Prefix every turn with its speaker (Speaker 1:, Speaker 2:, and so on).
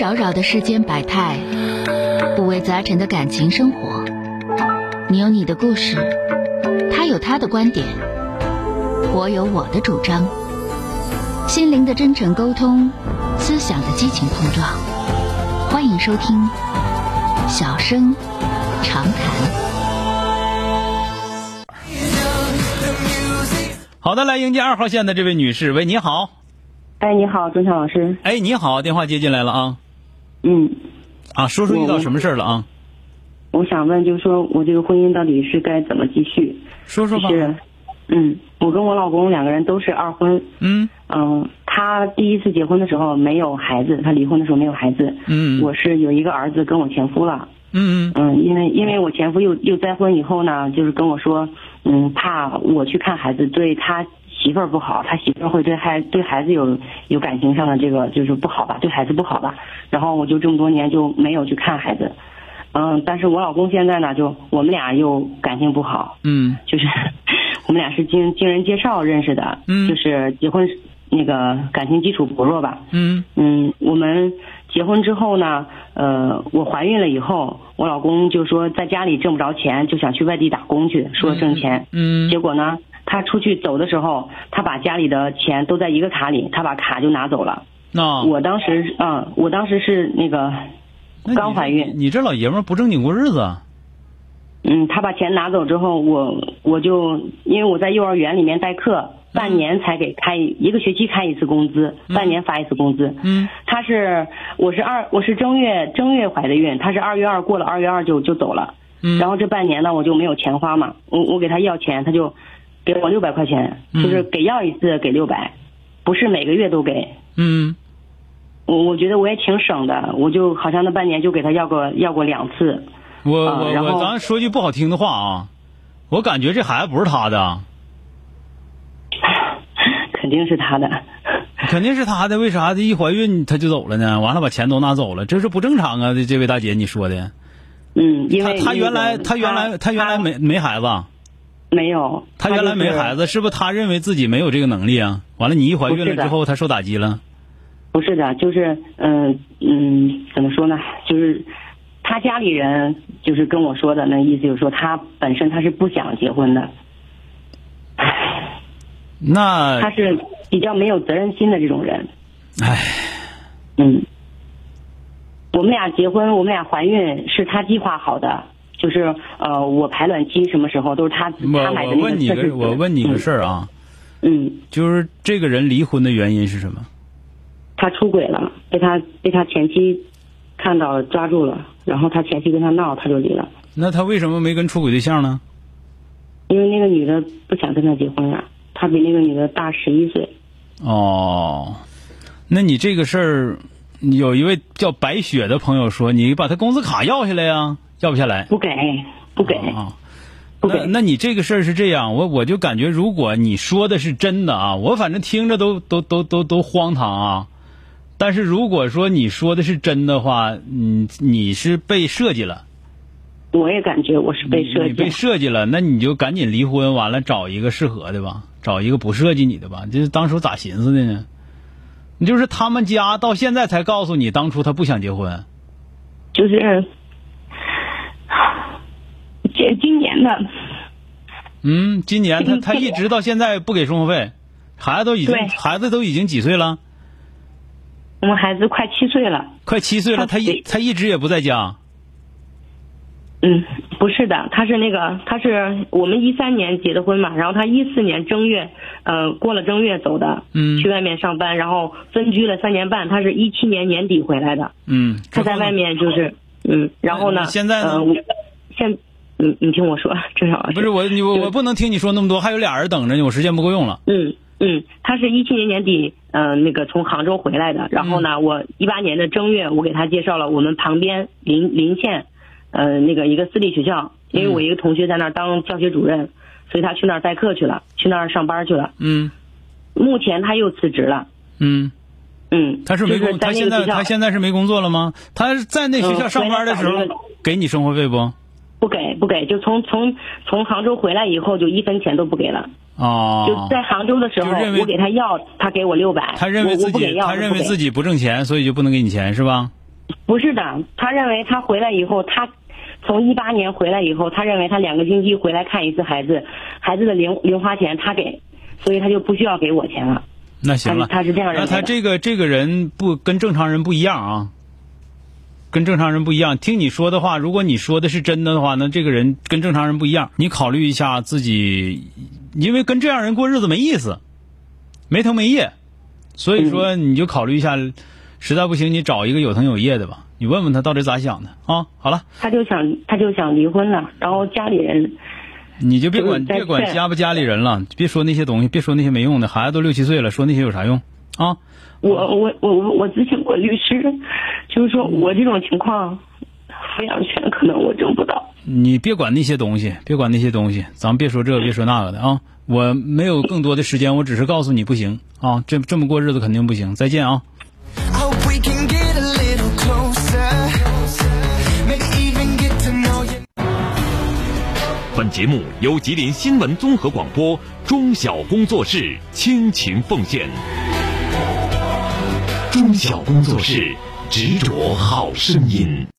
Speaker 1: 扰扰的世间百态，五味杂陈的感情生活。你有你的故事，他有他的观点，我有我的主张。心灵的真诚沟通，思想的激情碰撞。欢迎收听《小声长谈》。
Speaker 2: 好的，来迎接二号线的这位女士，喂，你好，
Speaker 3: 哎，你好，钟晓老师。
Speaker 2: 哎，你好，电话接进来了啊，
Speaker 3: 嗯，
Speaker 2: 啊，说说遇到什么事儿了啊，
Speaker 3: 我想问，就是说我这个婚姻到底是该怎么继续？
Speaker 2: 说说
Speaker 3: 就
Speaker 2: 吧，
Speaker 3: 是，嗯，我跟我老公两个人都是二婚。
Speaker 2: 嗯
Speaker 3: 嗯，他第一次结婚的时候没有孩子，他离婚的时候没有孩子。
Speaker 2: 嗯
Speaker 3: 我是有一个儿子跟我前夫了。
Speaker 2: 嗯嗯
Speaker 3: 嗯，因为因为我前夫又又再婚以后呢，就是跟我说，嗯，怕我去看孩子对他媳妇儿不好，他媳妇儿会对孩对孩子有有感情上的这个就是不好吧，对孩子不好吧。然后我就这么多年就没有去看孩子，嗯，但是我老公现在呢，就我们俩又感情不好，
Speaker 2: 嗯
Speaker 3: 就是 我们俩是经经人介绍认识的，
Speaker 2: 嗯
Speaker 3: 就是结婚那个感情基础薄弱吧，
Speaker 2: 嗯
Speaker 3: 嗯，我们结婚之后呢，呃，我怀孕了以后，我老公就说在家里挣不着钱，就想去外地打工去，说挣钱。
Speaker 2: 嗯
Speaker 3: 结果呢，他出去走的时候，他把家里的钱都在一个卡里，他把卡就拿走了。
Speaker 2: 那
Speaker 3: 我当时，嗯，我当时是那个，
Speaker 2: 哦那你
Speaker 3: 刚怀孕
Speaker 2: 这你这老爷们儿不正经过日子啊，
Speaker 3: 嗯，他把钱拿走之后，我我就因为我在幼儿园里面代课，
Speaker 2: 嗯
Speaker 3: 半年才给开一个学期开一次工资，半年发一次工资。
Speaker 2: 嗯
Speaker 3: 他是我是二我是正月正月怀的孕，他是二月二过了二月二就就走了，
Speaker 2: 嗯，
Speaker 3: 然后这半年呢我就没有钱花嘛，我我给他要钱，他就给我六百块钱，
Speaker 2: 嗯
Speaker 3: 就是给要一次给六百，不是每个月都给。
Speaker 2: 嗯
Speaker 3: 我我觉得我也挺省的，我就好像那半年就给他要过要过两次，
Speaker 2: 我
Speaker 3: 啊
Speaker 2: 我
Speaker 3: 然
Speaker 2: 我，
Speaker 3: 后
Speaker 2: 咱说句不好听的话啊，我感觉这孩子不是他的，
Speaker 3: 肯定是他的。
Speaker 2: 肯定是他的，为啥这一怀孕他就走了呢？完了把钱都拿走了，这是不正常啊！这这位大姐你说的，
Speaker 3: 嗯，因
Speaker 2: 他
Speaker 3: 为
Speaker 2: 他原来
Speaker 3: 那个
Speaker 2: 他原来他原来没没孩子啊，
Speaker 3: 没有，
Speaker 2: 他原来没孩
Speaker 3: 子，
Speaker 2: 子，是不是他认为自己没有这个能力啊？完了你一怀孕了之后，他受打击了。
Speaker 3: 不是的，就是嗯嗯，怎么说呢？就是他家里人就是跟我说的那意思，就是说他本身他是不想结婚的，他
Speaker 2: 那
Speaker 3: 是比较没有责任心的这种人。
Speaker 2: 唉，
Speaker 3: 嗯，我们俩结婚，我们俩怀孕是他计划好的，就是呃，我排卵期什么时候都是他
Speaker 2: 我
Speaker 3: 他买的
Speaker 2: 我
Speaker 3: 那个
Speaker 2: 问你
Speaker 3: 测试
Speaker 2: 个我问你个事儿啊，
Speaker 3: 嗯，嗯，
Speaker 2: 就是这个人离婚的原因是什么？
Speaker 3: 他出轨了，被他被他前妻看到了抓住了，然后他前妻跟他闹，他就离了。
Speaker 2: 那他为什么没跟出轨对象呢？
Speaker 3: 因为那个女的不想跟他结婚呀、他比那个女的大十一岁。
Speaker 2: 哦，那你这个事儿，有一位叫白雪的朋友说，你把他工资卡要下来呀、要不下来。
Speaker 3: 不给，不给，
Speaker 2: 啊，
Speaker 3: 不
Speaker 2: 那
Speaker 3: 给。
Speaker 2: 那你这个事儿是这样，我我就感觉，如果你说的是真的啊，我反正听着都都都都都荒唐啊。但是如果说你说的是真的话，嗯，你是被设计了，
Speaker 3: 我也感觉我是被设
Speaker 2: 你被
Speaker 3: 计。
Speaker 2: 设计了，那你就赶紧离婚，完了找一个适合的吧，找一个不设计你的吧。这是当初咋寻思的呢？你就是他们家到现在才告诉你，当初他不想结婚。
Speaker 3: 就是， 这今年的，
Speaker 2: 嗯，今年他
Speaker 3: 嗯
Speaker 2: 他一直到现在不给生活费，孩子都已经
Speaker 3: 对
Speaker 2: 孩子都已经几岁了？
Speaker 3: 我们孩子快七岁了。
Speaker 2: 快七岁了，他
Speaker 3: 他
Speaker 2: 一他一直也不在家。
Speaker 3: 嗯，不是的，他是那个，他是我们一三年结的婚嘛，然后他一四年正月，呃，过了正月走的，
Speaker 2: 嗯
Speaker 3: 去外面上班，然后分居了三年半，他是一七年年底回来的，
Speaker 2: 嗯，
Speaker 3: 他在外面就是，嗯，然后
Speaker 2: 那
Speaker 3: 呢？
Speaker 2: 现在呢
Speaker 3: 呃，我现，嗯，你听我说， 啊郑少老师。
Speaker 2: 不是我你我
Speaker 3: 就
Speaker 2: 我不能听你说那么多，还有俩人等着呢，我时间不够用了。
Speaker 3: 嗯嗯，他是一七年年底，嗯、那个从杭州回来的。然后呢，
Speaker 2: 嗯
Speaker 3: 我一八年的正月，我给他介绍了我们旁边临临县，呃，那个一个私立学校，因为
Speaker 2: 嗯
Speaker 3: 我一个同学在那儿当教学主任，所以他去那儿代课去了，去那儿上班去了。
Speaker 2: 嗯
Speaker 3: 目前他又辞职了。
Speaker 2: 嗯，
Speaker 3: 嗯，
Speaker 2: 他是没
Speaker 3: 就是
Speaker 2: 工，他
Speaker 3: 在那
Speaker 2: 现
Speaker 3: 个
Speaker 2: 在
Speaker 3: 学校
Speaker 2: 他现在是没工作了吗？他是在那学校
Speaker 3: 嗯
Speaker 2: 上班的时
Speaker 3: 回来打
Speaker 2: 候
Speaker 3: 工
Speaker 2: 给你生活费不？
Speaker 3: 不给不给，就从从从杭州回来以后就一分钱都不给了。就
Speaker 2: 哦，
Speaker 3: 在杭州的时候
Speaker 2: 就认为，
Speaker 3: 我给他要，他给我六百，
Speaker 2: 他认为
Speaker 3: 我我
Speaker 2: 自
Speaker 3: 不给
Speaker 2: 己
Speaker 3: 要，
Speaker 2: 他认为自
Speaker 3: 己
Speaker 2: 己不挣钱，所以就不能给你钱是吧？
Speaker 3: 不是的，他认为他回来以后，他从一八年回来以后，他认为他两个星期回来看一次孩子，孩子的零零花钱他给，所以他就不需要给我钱了。
Speaker 2: 那行了，
Speaker 3: 他是这样认为
Speaker 2: 那他这个这个人不跟正常人不一样啊，跟正常人不一样。听你说的话，如果你说的是真的的话，那这个人跟正常人不一样。你考虑一下自己，因为跟这样人过日子没意思，没头没叶，所以说你就考虑一下，实在不行你找一个有藤有叶的吧，你问问他到底咋想的啊。好了，
Speaker 3: 他就想他就想离婚了，然后家里人。
Speaker 2: 你就别管
Speaker 3: 就是在
Speaker 2: 别管
Speaker 3: 劝
Speaker 2: 家不家里人了，别说那些东西，别说那些没用的。孩子都六七岁了，说那些有啥用啊？
Speaker 3: 我我我我我咨询过律师，就是说我这种情况，抚养权可能我争不到。
Speaker 2: 你别管那些东西，别管那些东西，咱们别说这个，别说那个的啊。我没有更多的时间，我只是告诉你不行啊，这这么过日子肯定不行。再见啊。
Speaker 4: I hope we can get a little closer. Maybe even get to know you.
Speaker 5: 本节目由吉林新闻综合广播中小工作室倾情奉献。中小工作室执着好声音。